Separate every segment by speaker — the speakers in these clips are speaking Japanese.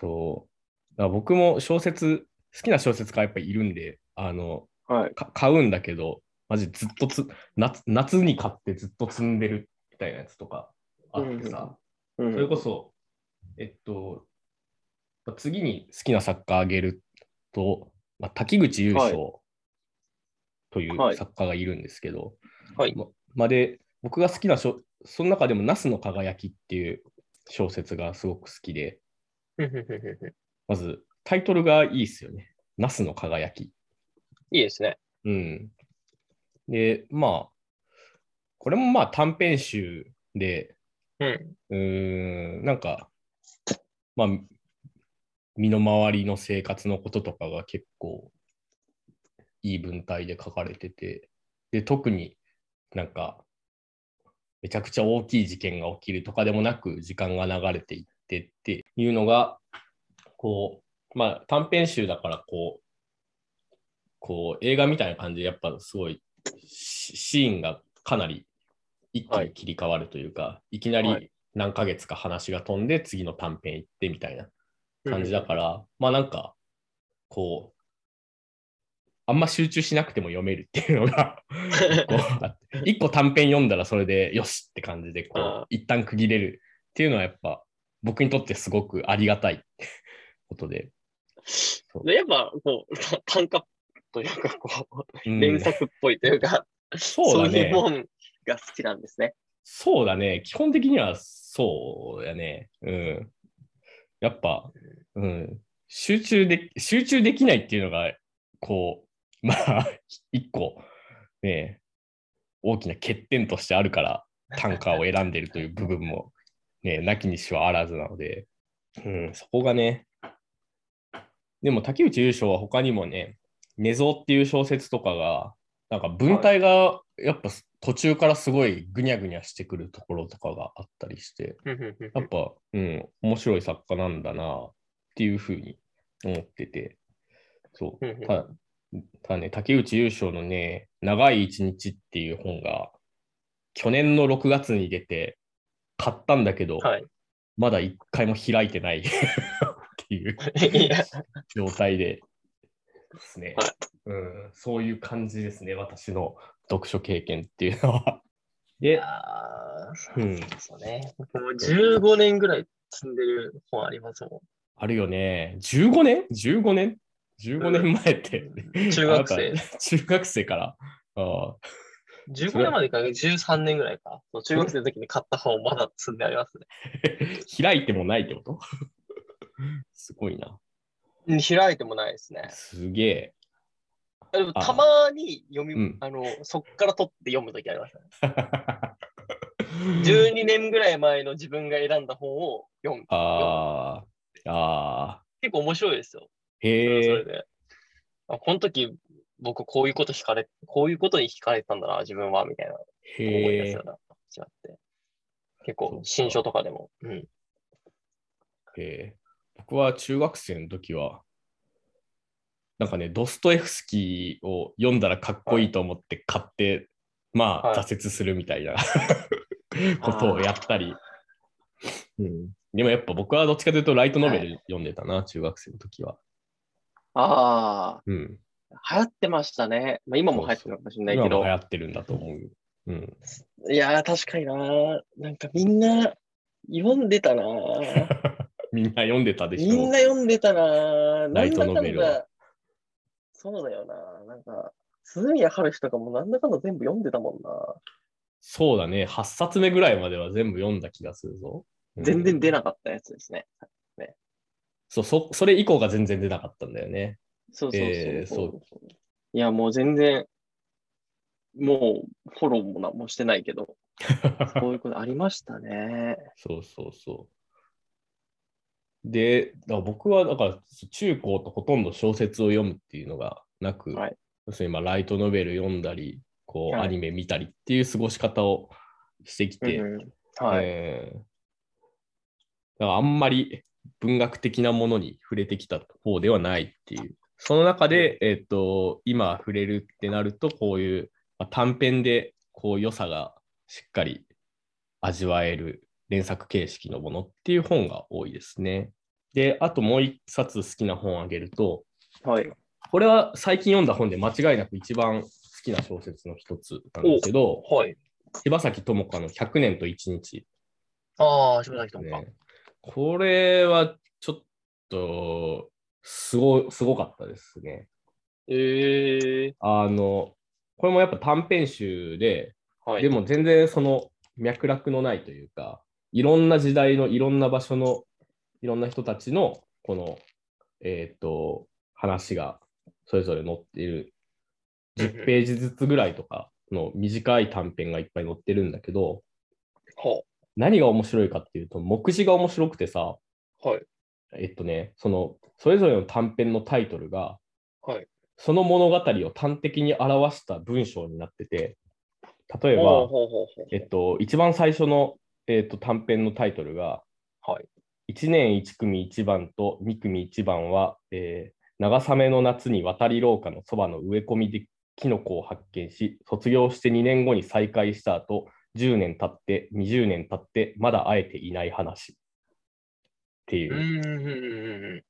Speaker 1: そう。だから僕も小説、好きな小説家やっぱりいるんで、あの、
Speaker 2: はい。
Speaker 1: か買うんだけど、マジずっとつ夏夏に買ってずっと積んでるみたいなやつとかあってさ、
Speaker 2: うん
Speaker 1: それこそ、えっと、まあ次に好きな作家あげると、まあ、滝口優
Speaker 2: はい
Speaker 1: 勝という
Speaker 2: はい
Speaker 1: 作家がいるんですけど、
Speaker 3: はい
Speaker 1: ままあで僕が好きな小その中でも「ナスの輝き」っていう小説がすごく好きで、まずタイトルがいいですよね。ナスの輝き。
Speaker 3: いいですね。
Speaker 1: うん。で、まあ、これもまあ短編集で、
Speaker 3: うん。
Speaker 1: うーん、なんか、まあ、身の回りの生活のこととかが結構いい文体で書かれてて、で、特になんか、めちゃくちゃ大きい事件が起きるとかでもなく、時間が流れていってっていうのが、こう、まあ、短編集だから、こう、こう、映画みたいな感じで、やっぱすごいシ、シーンがかなり一気に切り替わるというか、い、きなり、
Speaker 2: はい
Speaker 1: 何ヶ月か話が飛んで次の短編行ってみたいな感じだから、まあなんかこうあんま集中しなくても読めるっていうの がこうあって一個短編読んだらそれでよしって感じでこ
Speaker 3: あ
Speaker 1: う
Speaker 3: あ
Speaker 1: 一旦区切れるっていうのはやっぱ僕にとってすごくありがたいことで、
Speaker 3: でやっぱ、こう、た短歌というか、こ
Speaker 1: う
Speaker 3: う、
Speaker 1: ん
Speaker 3: 連作っぽいというか、
Speaker 1: そうだ
Speaker 3: いう
Speaker 1: ね
Speaker 3: 本が好きなんですね。
Speaker 1: そうだね基本的にはそうやねうんやっぱうん、集中でき、集中できないっていうのが、こう、 まあ、一個、ねえ、大きな欠点としてあるから、短歌を選んでるという部分も、ねえ、なきにしはあらずなので、うん、そこがね、でも竹内優勝は他にもね、寝相っていう小説とかが、なんか文体がやっぱ途中からすごいぐにゃぐにゃしてくるところとかがあったりして、やっぱ、うん、面白い作家なんだなっていうふうに思ってて、そ
Speaker 3: う
Speaker 1: う
Speaker 3: んう。ん
Speaker 1: ただただね、竹内優勝のね、長い一日っていう本が、去年の6月に出て、買ったんだけど、
Speaker 3: はい。
Speaker 1: まだ一回も開いてないっていう
Speaker 3: いや
Speaker 1: 状態でですね、
Speaker 3: は
Speaker 1: うん。そういう感じですね、私の読書経験っていうのは。で、
Speaker 3: あーそううんそうね。僕もう15年ぐらい積んでる本ありますも
Speaker 1: あるよね。15年 ?15 年 ?15 年前って。
Speaker 3: ん。中学生
Speaker 1: あ。なた。中学生から。ああ
Speaker 3: 15年までか、13年ぐらいか。そう中学生の時に買った本まだ積んでありますね。
Speaker 1: 開いてもないってこと すごいな。
Speaker 3: うん開いてもないですね。
Speaker 1: すげえ。
Speaker 3: でも
Speaker 1: あ
Speaker 3: たまに読み、
Speaker 1: うん
Speaker 3: あの、そっから取って読む時ありますね。12年ぐらい前の自分が選んだ本を読む。
Speaker 1: ああ。ああ。
Speaker 3: 結構面白いですよ。それはそ
Speaker 1: へ
Speaker 3: れ
Speaker 1: え。
Speaker 3: で。あこの時、僕こういうこと惹かれ、こういうことに惹かれてたんだな、自分は、みたいな。思い出
Speaker 1: へ
Speaker 3: す
Speaker 1: え
Speaker 3: ような違って。結
Speaker 1: そっ
Speaker 3: 構
Speaker 1: か、
Speaker 3: 新書とかでも。うん。
Speaker 1: へえ。僕は中学生の時は、なんかね、ドストエフスキーを読んだらかっこいいと思って買って、まあ、
Speaker 3: はい
Speaker 1: 挫折するみたいなことをやったり。うん、でもやっぱ僕はどっちかというとライトノベル読んでたな、中学生の時は。
Speaker 2: あ
Speaker 1: うん。
Speaker 2: あ、流行ってましたね。まあ、今も流行ってるかもしれない
Speaker 1: 今
Speaker 2: け
Speaker 1: も
Speaker 2: ど
Speaker 1: 流。行ってるんだと思う。うん。
Speaker 2: いやー、確かにな。なんかみんな読んでたな。
Speaker 1: みんな読んでたでしょ。
Speaker 2: みんな読んでたな。
Speaker 1: ライトノベルは
Speaker 2: なんだかんだそうだよな。なんか、鈴宮春日とかもなんだかんだ全部読んでたもんな。
Speaker 1: そうだね。8冊目ぐらいまでは全部読んだ気がするぞ。うん
Speaker 2: 全然出なかったやつですね。
Speaker 1: そうそ。それ以降が全然出なかったんだよね。
Speaker 2: そうそうそう。
Speaker 1: えーそう
Speaker 2: いや、もう全然、もうフォローもなもしてないけ ど、こういうことありましたね。
Speaker 1: そうそうそう。で、だから僕はだから中高とほとんど小説を読むっていうのがなく、
Speaker 2: はい
Speaker 1: 要するにまあライトノベル読んだり、こう
Speaker 2: はい
Speaker 1: アニメ見たりっていう過ごし方をしてきて、
Speaker 2: うんうんはい。
Speaker 1: えーだからあんまり文学的なものに触れてきた方ではないっていう。その中で、えっと今触れるってなると、こういう、まあ短編でこう良さがしっかり味わえる連作形式のものっていう本が多いですね。で、あともう一冊好きな本をあげると、
Speaker 4: はい。
Speaker 1: これは最近読んだ本で間違いなく一番好きな小説の一つなんですけど、
Speaker 2: はい。
Speaker 1: 柴崎智香の100年と1日
Speaker 2: ああ、柴崎さんか。
Speaker 1: ね。これはちょっと、すご、すごかったですね。
Speaker 2: ええ
Speaker 1: あの、これもやっぱ短編集で、
Speaker 2: はい。
Speaker 1: でも全然その脈絡のないというか、いろんな時代のいろんな場所のいろんな人たちのこの、えーっと、話がそれぞれ載っている、10ページずつぐらいとかの短い短編がいっぱい載ってるんだけど、
Speaker 2: は
Speaker 1: 何が面白いかっていうと、目次が面白くてさ、
Speaker 2: あはい。
Speaker 1: えっとね、その、それぞれの短編のタイトルが、
Speaker 2: はい
Speaker 1: その物語を端的に表した文章になってて、例えば、
Speaker 2: ほうほうほうほう。
Speaker 1: えっと、一番最初の、えっと、短編のタイトルが、
Speaker 2: はい
Speaker 1: 1年1組1番と2組1番は、えー長雨の夏に渡り廊下のそばの植え込みでキノコを発見し、卒業して2年後に再会した後、10年経って、20年経って、まだ会えていない話。っていうう、
Speaker 2: んうんうんうん。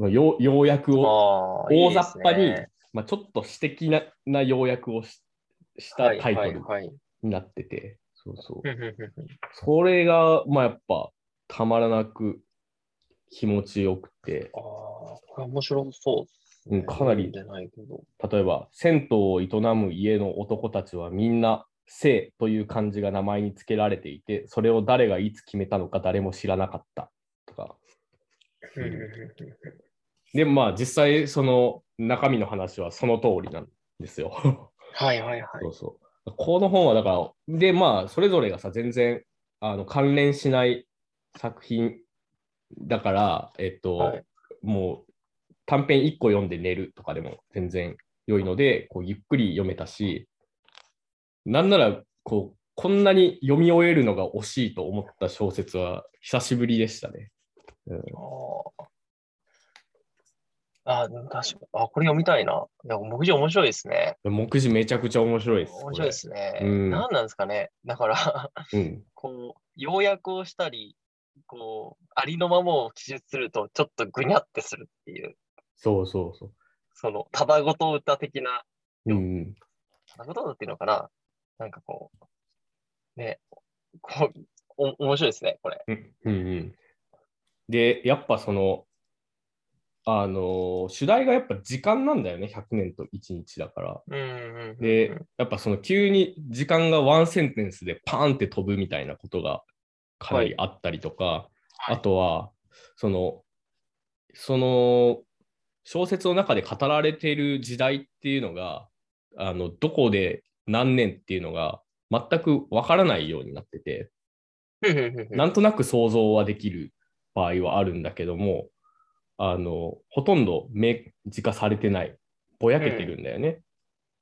Speaker 1: まあようようやくを、
Speaker 2: ああ、い
Speaker 1: 大
Speaker 2: いで
Speaker 1: 雑
Speaker 2: すね
Speaker 1: 把に、まあ、ちょっと私的なな要約をししたタイトル
Speaker 2: はいはいはい
Speaker 1: になってて、そうそう
Speaker 2: う。んうんうんうん
Speaker 1: それが、まあ、やっぱ、たまらなく気持ちよくて
Speaker 2: あ、あ、これ面白そうですね、
Speaker 1: うんかなり
Speaker 2: じゃないけど。
Speaker 1: 例えば、銭湯を営む家の男たちはみんな、性という漢字が名前に付けられていて、それを誰がいつ決めたのか誰も知らなかったとか。
Speaker 2: うんうんうんうん
Speaker 1: で、まあ、実際、その中身の話はその通りなんですよ。
Speaker 2: はいはいはい。
Speaker 1: そうそう。この本は、だから、で、まあ、それぞれがさ、全然あの関連しない作品だから、えっと、
Speaker 2: はい
Speaker 1: もう短編1個読んで寝るとかでも全然良いので、こうゆっくり読めたし、なんならこう、こんなに読み終えるのが惜しいと思った小説は久しぶりでしたね。
Speaker 2: あーあー、でも確かに。あ、これ読みたいな。いや、目次面白いですね。
Speaker 1: 目次めちゃくちゃ面白いです。
Speaker 2: 面白いですね。
Speaker 1: うん
Speaker 2: 何なんですかね。だから、
Speaker 1: これうん、
Speaker 2: こう、要約をしたり、こう、ありのままを記述すると、ちょっとぐにゃってするっていう、
Speaker 1: そうそうそ
Speaker 2: その、ただごと歌的な、
Speaker 1: う。うん、
Speaker 2: ただごと歌っていうのかな。なんかこう、ね、こう、お面白いですね、これ。
Speaker 1: うんうんうん、で、やっぱその、あのー主題がやっぱ時間なんだよね、100年と1日だから。
Speaker 2: うんうんうん
Speaker 1: で、やっぱその急に時間がワンセンテンスでパーンって飛ぶみたいなことがかなりあったりとか、
Speaker 2: はい
Speaker 1: あとは、その、その小説の中で語られている時代っていうのが、あのどこで何年っていうのが全くわからないようになってて、
Speaker 2: うんうんうんうん
Speaker 1: なんとなく想像はできる場合はあるんだけども、あのほとんど明示化されてない、ぼやけてるんだよね。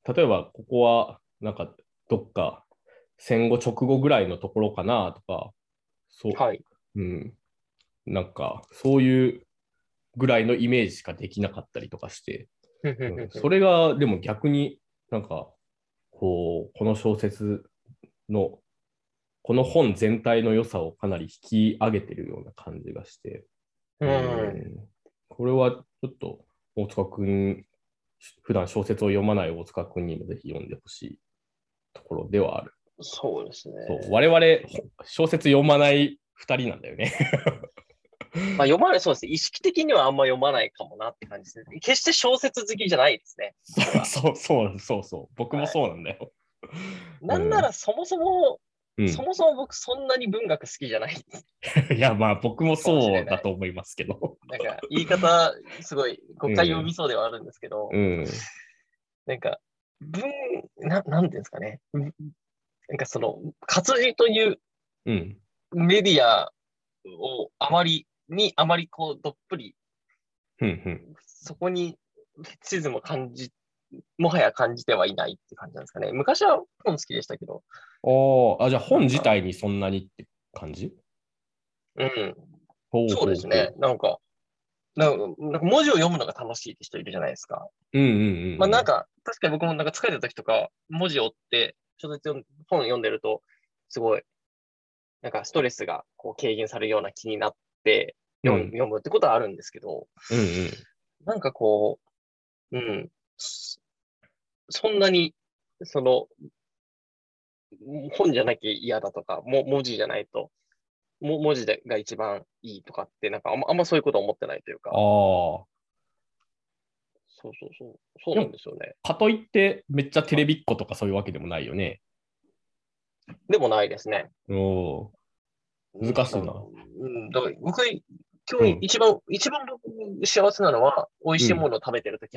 Speaker 1: 例えば、ここはなんかどっか戦後直後ぐらいのところかなとか、そう
Speaker 2: はい。
Speaker 1: うん、なんかそういうぐらいのイメージしかできなかったりとかして、
Speaker 2: うんうんうん
Speaker 1: う
Speaker 2: うん
Speaker 1: んそれがでも逆になんかこうこの小説のこの本全体の良さをかなり引き上げてるような感じがして、
Speaker 2: うん
Speaker 1: これはちょっと大塚君普段小説を読まない大塚君にもぜひ読んでほしいところではある、
Speaker 2: そうですね。
Speaker 1: そう我々ほ小説読まない2人なんだよ ね
Speaker 2: まあ、読まない、そうですね。意識的にはあんま読まないかもなって感じですね。決して小説好きじゃないですね。
Speaker 1: そうそうそうそう僕もそうなんだよ、
Speaker 2: なんならそもそも、
Speaker 1: うん
Speaker 2: そもそも僕そんなに文学好きじゃない。
Speaker 1: いやまあ僕もそうだと思いますけど
Speaker 2: なんか言い方、すごい誤解を呼び そうではあるんですけど、
Speaker 1: うん
Speaker 2: なんか、文、ななんていうんですかね。うんなんかその、活字という
Speaker 1: うん
Speaker 2: メディアをあまり、にあまりこう、どっぷり、
Speaker 1: うんうん
Speaker 2: そこにフェチシズムを感じ、もはや感じてはいないって感じなんですかね。昔は本好きでしたけど、
Speaker 1: おーあ、じゃあ本自体にそんなにって感じ
Speaker 2: うん、
Speaker 1: ほほほ
Speaker 2: そうですね。。なんか、なんかなんか文字を読むのが楽しいって人いるじゃないですか。
Speaker 1: うんうんうん。
Speaker 2: まあなんか、確かに僕もなんか疲れた時とか、文字を追って、小説読ん本読んでると、すごい、なんかストレスがこう軽減されるような気になって、
Speaker 3: 読む,、
Speaker 1: うん
Speaker 3: 読むってことはあるんですけど、
Speaker 1: うん
Speaker 3: なんかこう、うん、そそんなに、その、本じゃなきゃ嫌だとか、も文字じゃないと、も文字でが一番いいとかって、なんかあんまあんまそういうこと思ってないというか、
Speaker 1: ああ。
Speaker 3: そうそうそう、そうなんですよね。
Speaker 1: かといって、めっちゃテレビっ子とかそういうわけでもないよね。
Speaker 3: でもないですね。
Speaker 1: おおー。難しいな。
Speaker 3: うん、だから僕、今日一番、一番僕幸せなのは、美味しいものを食べてるとき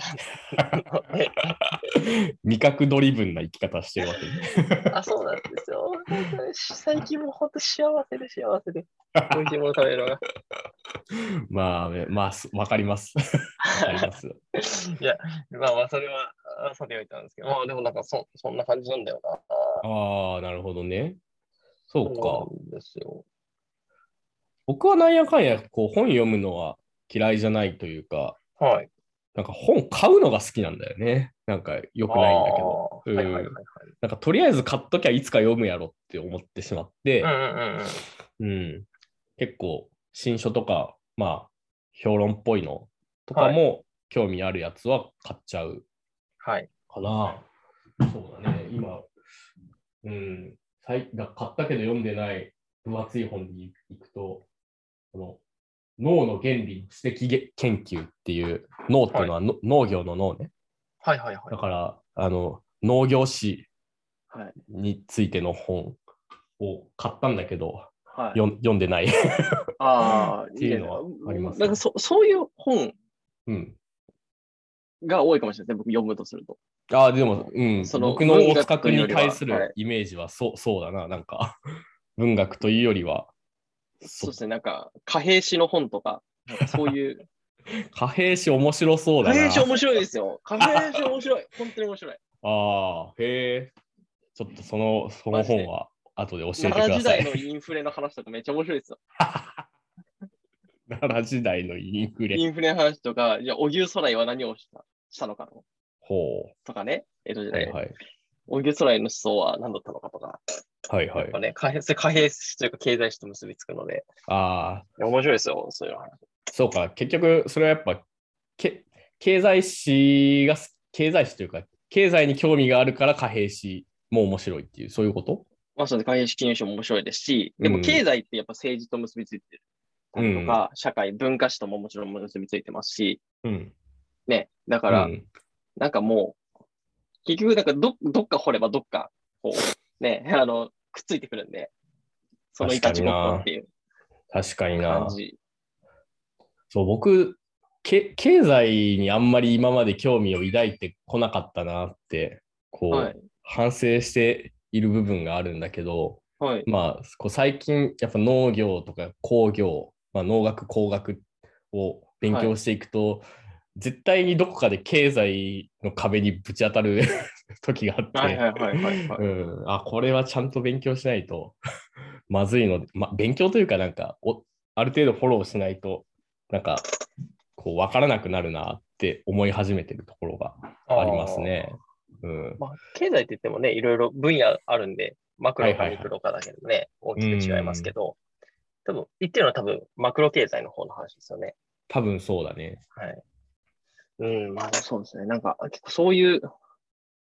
Speaker 3: なので、
Speaker 1: 味覚ドリブンな生き方してるわけ ね。
Speaker 3: あ、そうなんですよ。最近もう本当幸せで幸 せで、美味しいもの食べるのが。
Speaker 1: まあ、ねまあ、すわかります。 わかります。
Speaker 3: いや、まあまあ、それは、あさておいたんですけど、まあでもなんかそ、そんな感じなんだよな。
Speaker 1: ああ、なるほどね。そうか。
Speaker 3: なんですよ。
Speaker 1: 僕はなんやかんや、こう、本読むのは嫌いじゃないというか、
Speaker 3: はい。
Speaker 1: なんか本買うのが好きなんだよね。なんか良くないんだけど。
Speaker 3: あーはいはいはい
Speaker 1: うんなんかとりあえず買っときゃいつか読むやろって思ってしまって、
Speaker 3: はい。うんうんうんうん。
Speaker 1: うん、結構新書とか、まあ、評論っぽいのとかも興味あるやつは買っちゃう
Speaker 3: はい。
Speaker 1: かな。そうだね、今、うん、最だ買ったけど読んでない分厚い本に行くと、この脳の原理知的げ研究っていう、脳っていうのはの、農業の脳ね。
Speaker 3: はいはいは
Speaker 1: だ
Speaker 3: い。
Speaker 1: から、あの、農業史
Speaker 2: はい。
Speaker 1: についての本を買ったんだけど、
Speaker 2: はい。
Speaker 1: よん読んでない。
Speaker 2: ああ、
Speaker 1: っていうのはありますね
Speaker 2: なんかそそういう本
Speaker 1: うん、
Speaker 2: が多いかもしれないですね、僕読むとすると。
Speaker 1: ああ、でも、うん、
Speaker 2: その
Speaker 1: 僕の
Speaker 2: 文
Speaker 1: 大
Speaker 2: 学
Speaker 1: 塚君に対す
Speaker 2: というよりはは
Speaker 1: る
Speaker 2: い
Speaker 1: イメージはそうそうだな、なんか、文学というよりは、
Speaker 2: そ
Speaker 1: そう
Speaker 2: ですね、なんか、貨幣史の本とか、なんかそう いう。
Speaker 1: 貨幣史面白そう
Speaker 2: 貨
Speaker 1: だな。
Speaker 2: 幣史面白いですよ。貨幣史面白い。 本当に面白い。
Speaker 1: ああ、へえ。ちょっとその、その本は後で教えてく
Speaker 2: 奈良
Speaker 1: ださ
Speaker 2: 時代
Speaker 1: い。
Speaker 2: のインフレの話とかめっちゃ面白いですよ。
Speaker 1: 奈良時代のインフレ。
Speaker 2: インフレの話とか、じゃあ、荻生空井は何をしたしたのかの
Speaker 1: ほ
Speaker 2: とかね、江戸時
Speaker 1: う。は
Speaker 2: 代
Speaker 1: い
Speaker 2: の。
Speaker 1: はい。
Speaker 2: 荻生空井の思想は何だったのかとか、
Speaker 1: はいは
Speaker 3: やっぱ
Speaker 1: い。
Speaker 3: ね、貨幣それ貨幣史というか経済史と結びつくので、
Speaker 1: ああ、
Speaker 3: いや面白いですよ、そういうのは
Speaker 1: そうか、結局、それはやっぱ、け経済史が、経済史というか、経済に興味があるから貨幣史も面白いっていう、そういうこと
Speaker 2: まあ、そうです。貨幣式入賞も面白いですし、で
Speaker 1: う
Speaker 2: も
Speaker 1: ん
Speaker 2: 経済ってやっぱ政治と結びついてる。とか、社会、文化史とももちろん結びついてますし、
Speaker 1: うん。
Speaker 2: ね。だか、
Speaker 1: から
Speaker 2: なんかもう、結局、なんかど、どっか掘ればどっか、こう、ね、 あの、くっついてくるんで、そのいたちごっこっていう
Speaker 1: 確かにな
Speaker 2: 感。じ。
Speaker 1: そう、僕、け経済にあんまり今まで興味を抱いてこなかったなって、こう、
Speaker 2: はい。
Speaker 1: 反省している部分があるんだけど、
Speaker 2: はい。
Speaker 1: まあ、こう最近、やっぱ農業とか工業、まあ、農学、工学を勉強していくと、絶対にどこかで経済の壁にぶち当たる 時があって、
Speaker 2: はいはいはいはいはい。
Speaker 1: うん、あこれはちゃんと勉強しないとまずいので、ま、勉強というかなんかおある程度フォローしないとなんかこう分からなくなるなって思い始めてるところがあります。ね。うん、
Speaker 3: まあ、経済って言ってもね、いろいろ分野あるんで、マクロ
Speaker 1: は
Speaker 3: か
Speaker 1: いはいはい
Speaker 3: ミクロかだけどね、大きく違いますけど、多分、言ってるのは多分、マクロ経済の方の話ですよね。
Speaker 1: 多分そうだね。
Speaker 3: はい。うん、ま
Speaker 2: ま
Speaker 3: あ
Speaker 2: あ、、そうですね。なんか、結構そういう、ちょ
Speaker 1: う
Speaker 2: っ
Speaker 1: ん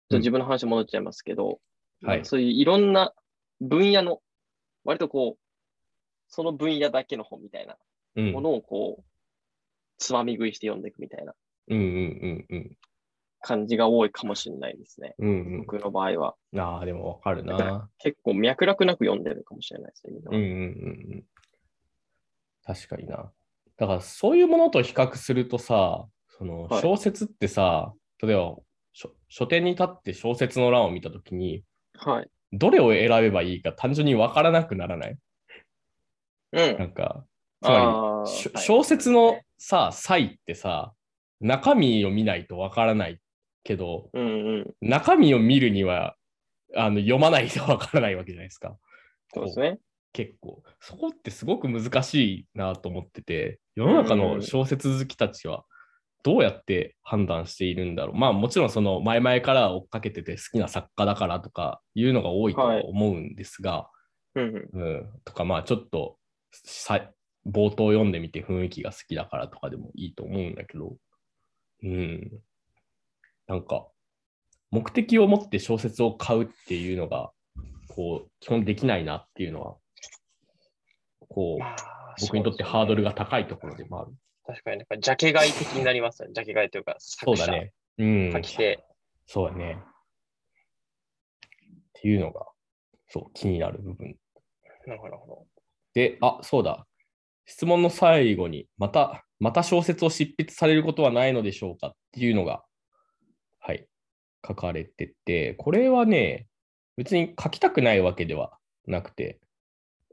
Speaker 2: と自分の話戻っちゃいますけど、
Speaker 1: はい
Speaker 2: そういういろんな分野の、割とこう、その分野だけの本みたいな
Speaker 1: うん、う
Speaker 2: も
Speaker 1: ん
Speaker 2: のをこう、つまみ食いして読んでいくみたいな
Speaker 1: うんうんうん
Speaker 2: 感じが多いかもしれないですね。
Speaker 1: うん
Speaker 2: 僕の場合は。
Speaker 1: うん。ああ、でも分かるな。
Speaker 2: 結構脈絡なく読んでるかもしれないですね。みんな
Speaker 1: うんうんうんうん。確かにな。だからそういうものと比較するとさ、その
Speaker 2: はい
Speaker 1: 小説ってさ、例えば書書店に立って小説の欄を見たときに、
Speaker 2: はい。
Speaker 1: どれを選べばいいか単純に分からなくならない
Speaker 2: うん。
Speaker 1: なんか、つま
Speaker 2: あ
Speaker 1: り、
Speaker 2: ー
Speaker 1: しょ
Speaker 2: はい
Speaker 1: 小説のさ、際ってさ、中身を見ないと分からないけど、
Speaker 2: うんうん。
Speaker 1: 中身を見るには、あの読まないと分からないわけじゃないですか。
Speaker 2: そうですね。
Speaker 1: 結構そこってすごく難しいなと思ってて世の中の小説好きたちはどうやって判断しているんだろう、まあもちろんその前々から追っかけてて好きな作家だからとかいうのが多いとは思うんですが、
Speaker 2: うんうん。
Speaker 1: うん、とかまあちょっとさ冒頭読んでみて雰囲気が好きだからとかでもいいと思うんだけど、うん。なんか、目的を持って小説を買うっていうのが、こう、基本できないなっていうのは、こう、僕にとってハードルが高いところでもある。
Speaker 3: 確かに、なんか、ジャケ買い的になりますよね。ジャケ買いというか、
Speaker 1: そ
Speaker 3: 作
Speaker 1: う
Speaker 3: 者
Speaker 1: だね。うん
Speaker 3: 書。き手。
Speaker 1: そうだね。っていうのが、そう、気になる部分
Speaker 3: なるほどなるほど。
Speaker 1: で、あ、そうだ。質問の最後に、また、また小説を執筆されることはないのでしょうかっていうのが、はい、書かれてて、これはね、別に書きたくないわけではなくて、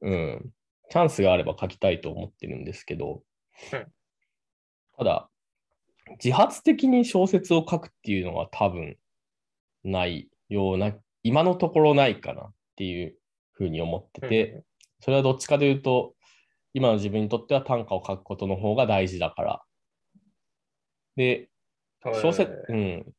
Speaker 1: うん、チャンスがあれば書きたいと思ってるんですけど
Speaker 3: うん、
Speaker 1: ただ、自発的に小説を書くっていうのは多分ないような、今のところないかなっていうふうに思ってて、
Speaker 3: うん
Speaker 1: それはどっちかというと、今の自分にとっては短歌を書くことの方が大事だから。で、小説、うん、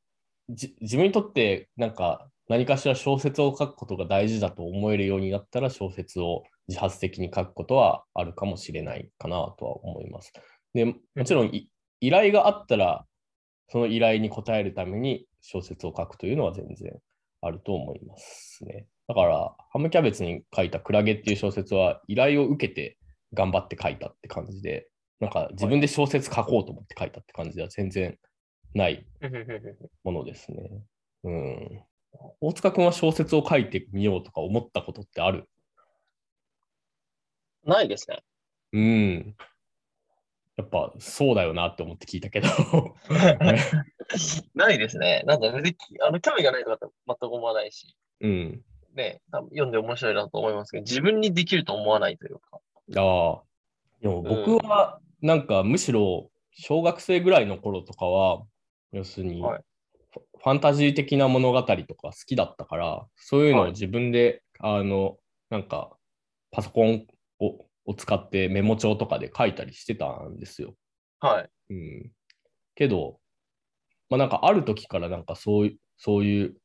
Speaker 1: じ自分にとってなんか何かしら小説を書くことが大事だと思えるようになったら小説を自発的に書くことはあるかもしれないかなとは思います。でもちろんい依頼があったらその依頼に応えるために小説を書くというのは全然あると思いますね。だからハムキャベツに書いた「クラゲ」っていう小説は依頼を受けて頑張って書いたって感じでなんか自分で小説書こうと思って書いたって感じでは全然ない
Speaker 3: うんうんうんうん
Speaker 1: ものですね。うん。大塚君は小説を書いてみようとか思ったことってある
Speaker 3: ないですね。
Speaker 1: うん。やっぱそうだよなって思って聞いたけど。
Speaker 3: ないですね。なんか別にあの興味がないとかって全く思わないし、
Speaker 1: うん。
Speaker 3: ね、多分読んで面白いなと思いますけど、自分にできると思わないというか。
Speaker 1: ああ。でも
Speaker 3: うん
Speaker 1: 僕はなんかむしろ小学生ぐらいの頃とかは、要するにフ
Speaker 3: はい
Speaker 1: ァンタジー的な物語とか好きだったから、そういうのを
Speaker 3: はい
Speaker 1: 自分で、あの、なんかパソコンをを使ってメモ帳とかで書いたりしてたんですよ。
Speaker 3: はい。
Speaker 1: うん、けど、まあ、なんかある時からなんかそういう、そういう、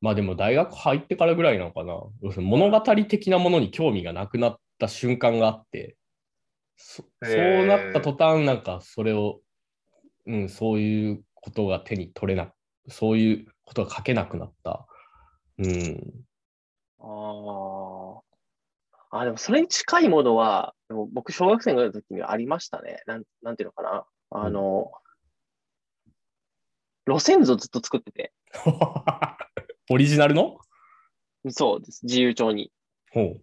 Speaker 1: まあでも大学入ってからぐらいなのかな、要するに物語的なものに興味がなくなった瞬間があって、そ
Speaker 3: へー
Speaker 1: そうなった途端なんかそれを、うん、そういうことが手に取れなそういうことが書けなくなった。 うん、
Speaker 2: あーあ、でもそれに近いものは、でも僕、小学生の時にはありましたね。なん、なんていうのかな。あの、路線図をずっと作ってて、
Speaker 1: オリジナルの
Speaker 2: そうです、自由帳に。
Speaker 1: ほう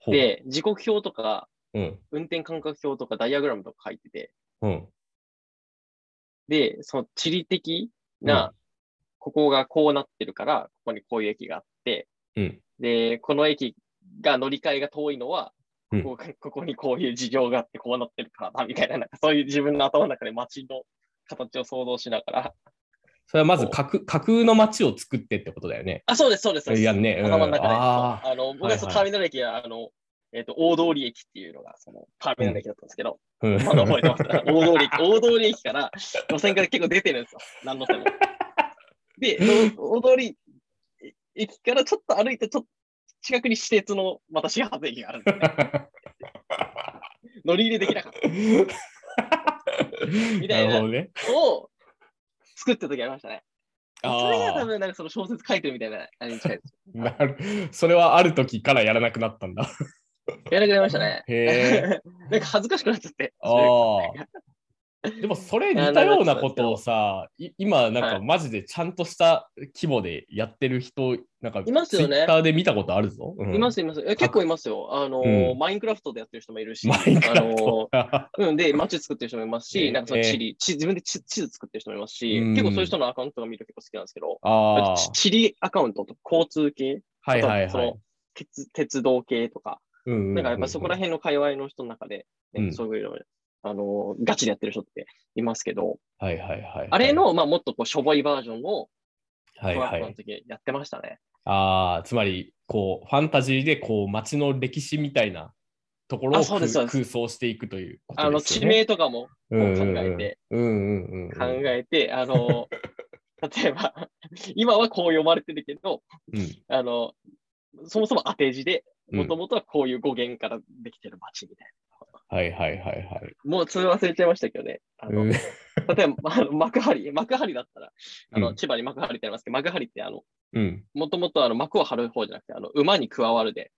Speaker 1: ほう、
Speaker 2: で、時刻表とか、
Speaker 1: うん、
Speaker 2: 運転間隔表とか、ダイアグラムとか書いてて、
Speaker 1: うん、
Speaker 2: で、その地理的な、ここがこうなってるから、ここにこういう駅があって、
Speaker 1: うん、
Speaker 2: で、この駅が乗り換えが遠いのは、
Speaker 1: うん
Speaker 2: ここがここにこういう事情があって、こうなってるからだ、みたいな、なんかそういう自分の頭の中で街の形を想像しながら、
Speaker 1: それはまず架空架空の街を作ってってことだよね。
Speaker 2: あ、そうです、そうです、そうです。
Speaker 1: いやね、うん、
Speaker 2: 頭の中で、
Speaker 1: あ
Speaker 2: そうあの、僕はその
Speaker 1: はい
Speaker 2: タ
Speaker 1: は
Speaker 2: ーミナル駅は、あの、えっ、と、大通り駅っていうのが、その、ターミナル駅だったんですけど、
Speaker 1: ーうん
Speaker 2: まだ覚えてます。大通り駅、大通り駅から、路線から結構出てるんですよ。何の線も。 で、その大通り駅からちょっと歩いて、ちょっと近くに私鉄の、また始発駅があるんで、 乗り入れできなかっ みたいな
Speaker 1: るほどね。
Speaker 2: たのを作った時ありましたね。そ
Speaker 1: あ
Speaker 2: れが多
Speaker 1: ー
Speaker 2: 分、なんかその小説書いてるみたいな、あれに近いです。
Speaker 1: なるそれはある時からやらなくなったんだ。
Speaker 2: やらなくなりましたね。
Speaker 1: へ
Speaker 2: なんか恥ずかしくなっちゃって。
Speaker 1: あーでもそれ似たようなことをさ、い今なん
Speaker 2: は
Speaker 1: かマジでちゃんとした規模でやってる人、なんか
Speaker 2: いますよね
Speaker 1: ツイッターで見たことあるぞ。うん
Speaker 2: いますいます。え結構いますよ。あのー、マインクラフトでやってる人もいるし、
Speaker 1: マインクラフト
Speaker 2: あ。のーうん、で、街作ってる人もいます
Speaker 1: え
Speaker 2: し、
Speaker 1: ー
Speaker 2: なんかその地理、地自分で地地図作ってる人もいますし、
Speaker 1: うん
Speaker 2: 結構そういう人のアカウントが見ると結構好きなんですけど、
Speaker 1: あ
Speaker 2: ち地理アカウントとか交通系、
Speaker 1: あ、はいはい
Speaker 2: あとそ
Speaker 1: はい
Speaker 2: の。鉄鉄道系とか、
Speaker 1: な
Speaker 2: なんかやっぱそこら辺の界隈の人の中で、ね
Speaker 1: うん
Speaker 2: そういうの、あのー、ガチでやってる人っていますけど、
Speaker 1: 辺。はいはいはい。
Speaker 2: あれ、の、まあ、もっとこう、しょぼいバージョンを、
Speaker 1: はい
Speaker 2: 小
Speaker 1: は
Speaker 2: 学
Speaker 1: い
Speaker 2: 校の。時やってましたね。
Speaker 1: ああ、つまり、こう、ファンタジーで、こう、街の歴史みたいなところを
Speaker 2: あそうです
Speaker 1: 空
Speaker 2: そう
Speaker 1: 空想していくということ
Speaker 2: あの、
Speaker 1: です
Speaker 2: 地
Speaker 1: よね
Speaker 2: 名とかも名を考えて
Speaker 1: うんうんうんうんうんうん。
Speaker 2: 考えて、あの、例えば、今はこう読まれてるけど、
Speaker 1: うん
Speaker 2: あの、そもそも当て字で、
Speaker 1: うん
Speaker 2: もともとはこういう語源からできてる街みたい
Speaker 1: はいはいはい
Speaker 2: もうそれ忘れちゃいましたけどね。あ
Speaker 1: は
Speaker 2: の
Speaker 1: い。
Speaker 2: 例えば、あの幕張、幕張だったら、あの
Speaker 1: うん
Speaker 2: 千葉に幕張ってありますけど、幕張ってあの、
Speaker 1: うん。
Speaker 2: もともとあの幕を張る方じゃなくて、あの馬に加わるで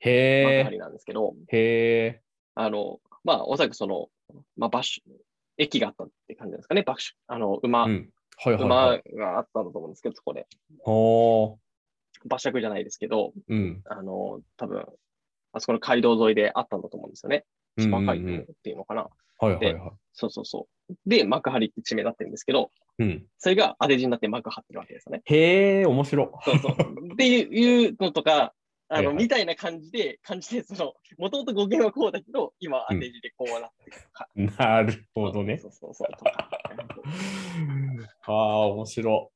Speaker 2: 幕
Speaker 1: へ
Speaker 2: 張なんですけど、
Speaker 1: え。へえ。
Speaker 2: あの、まあ、おそらくその、まあ、場所、駅があったって感じなんですかね、場所、あの、馬、
Speaker 1: うん。はいはいは
Speaker 2: 馬
Speaker 1: い。
Speaker 2: があったんだと思うんですけど、そこで、
Speaker 1: おー。
Speaker 2: 馬借じゃないですけど、
Speaker 1: うん。
Speaker 2: あの、多分あそこの街道沿いであったんだと思うんですよね。
Speaker 1: うんうんう
Speaker 2: 馬
Speaker 1: ん
Speaker 2: 街道っていうのかな。
Speaker 1: はいはいはい。
Speaker 2: そうそうそう。で、幕張って地名だってるんですけど、
Speaker 1: うん。
Speaker 2: それが当て字になって幕張ってるわけですよね。
Speaker 1: へえ、面白。
Speaker 2: そうそう。っていういうのとか、あ
Speaker 1: はい
Speaker 2: の、
Speaker 1: はい
Speaker 2: みたいな感じで、感じで、その、もともと語源はこうだけど、今は当て字でこうなってるとか。
Speaker 1: なるほどね。
Speaker 2: そうそうそう。とか
Speaker 1: ああ、面白。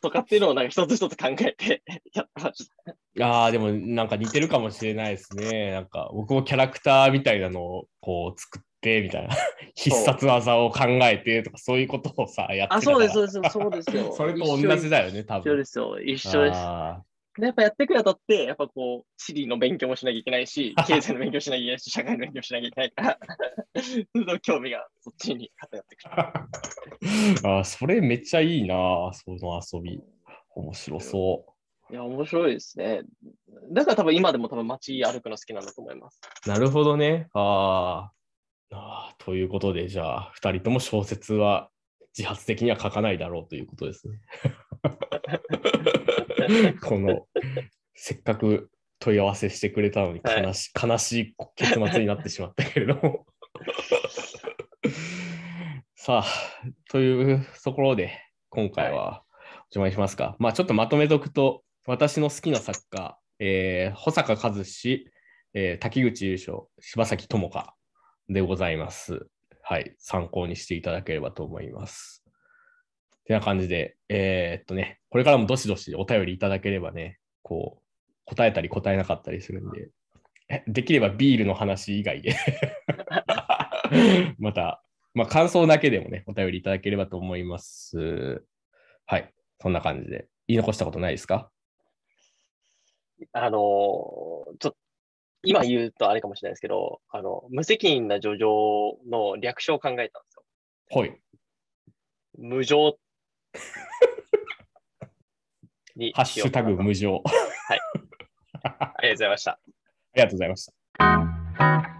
Speaker 2: とかっていうのを、なんか一つ一つ考えて やってました。
Speaker 1: ああ、でもなんか似てるかもしれないですね。なんか僕もキャラクターみたいなのをこう作ってみたいな 必殺技を考えてとかそういうことをさやってたから
Speaker 2: うです、そうです
Speaker 1: それと同じだよね、多
Speaker 2: 一緒
Speaker 1: 分。
Speaker 2: ですよ、一緒です。
Speaker 1: あ
Speaker 2: でやっぱやってくれたって、やっぱこう、地理の勉強もしなきゃいけな いし、経済の勉強しなきゃいけないし、社会の勉強しなきゃいけないから、 その興味がそっちに偏ってくる。
Speaker 1: ーあー、それめっちゃいいな、その遊び。面白そ
Speaker 2: いや、面白いですね。だから多分今でも多分街歩くの好きなんだと思います。
Speaker 1: う。なるほどね。あーあー。ということで、じゃあ、2人とも小説は自発的には書かないだろうということですね。 この、せっかく問い合わせしてくれたのに悲し,、い、悲しい結末になってしまったけれど も。さあ、というところで、今回はおしまいしますか。まあ、ちょっとまとめとくと、私の好きな作家、えー保坂和志、えー滝口優勝、柴崎智香でございます。はい、参考にしていただければと思います。てな感じで、えーっとね、これからもどしどしお便りいただければね、こう、答えたり答えなかったりするんで、えできればビールの話以外で、また、まあ、感想だけでもね、お便りいただければと思います。はい、そんな感じで。言い残したことないですか
Speaker 3: あのーちょっと、今言うとあれかもしれないですけど、あの、無責任な叙情の略称を考えたんですよ。
Speaker 1: はい。
Speaker 3: 無情 に
Speaker 1: ハッ
Speaker 3: し
Speaker 1: シ
Speaker 3: よう
Speaker 1: ュ
Speaker 3: か
Speaker 1: タ
Speaker 3: な
Speaker 1: グ無常。あ
Speaker 3: ありがとうございました。
Speaker 1: りがとうございました。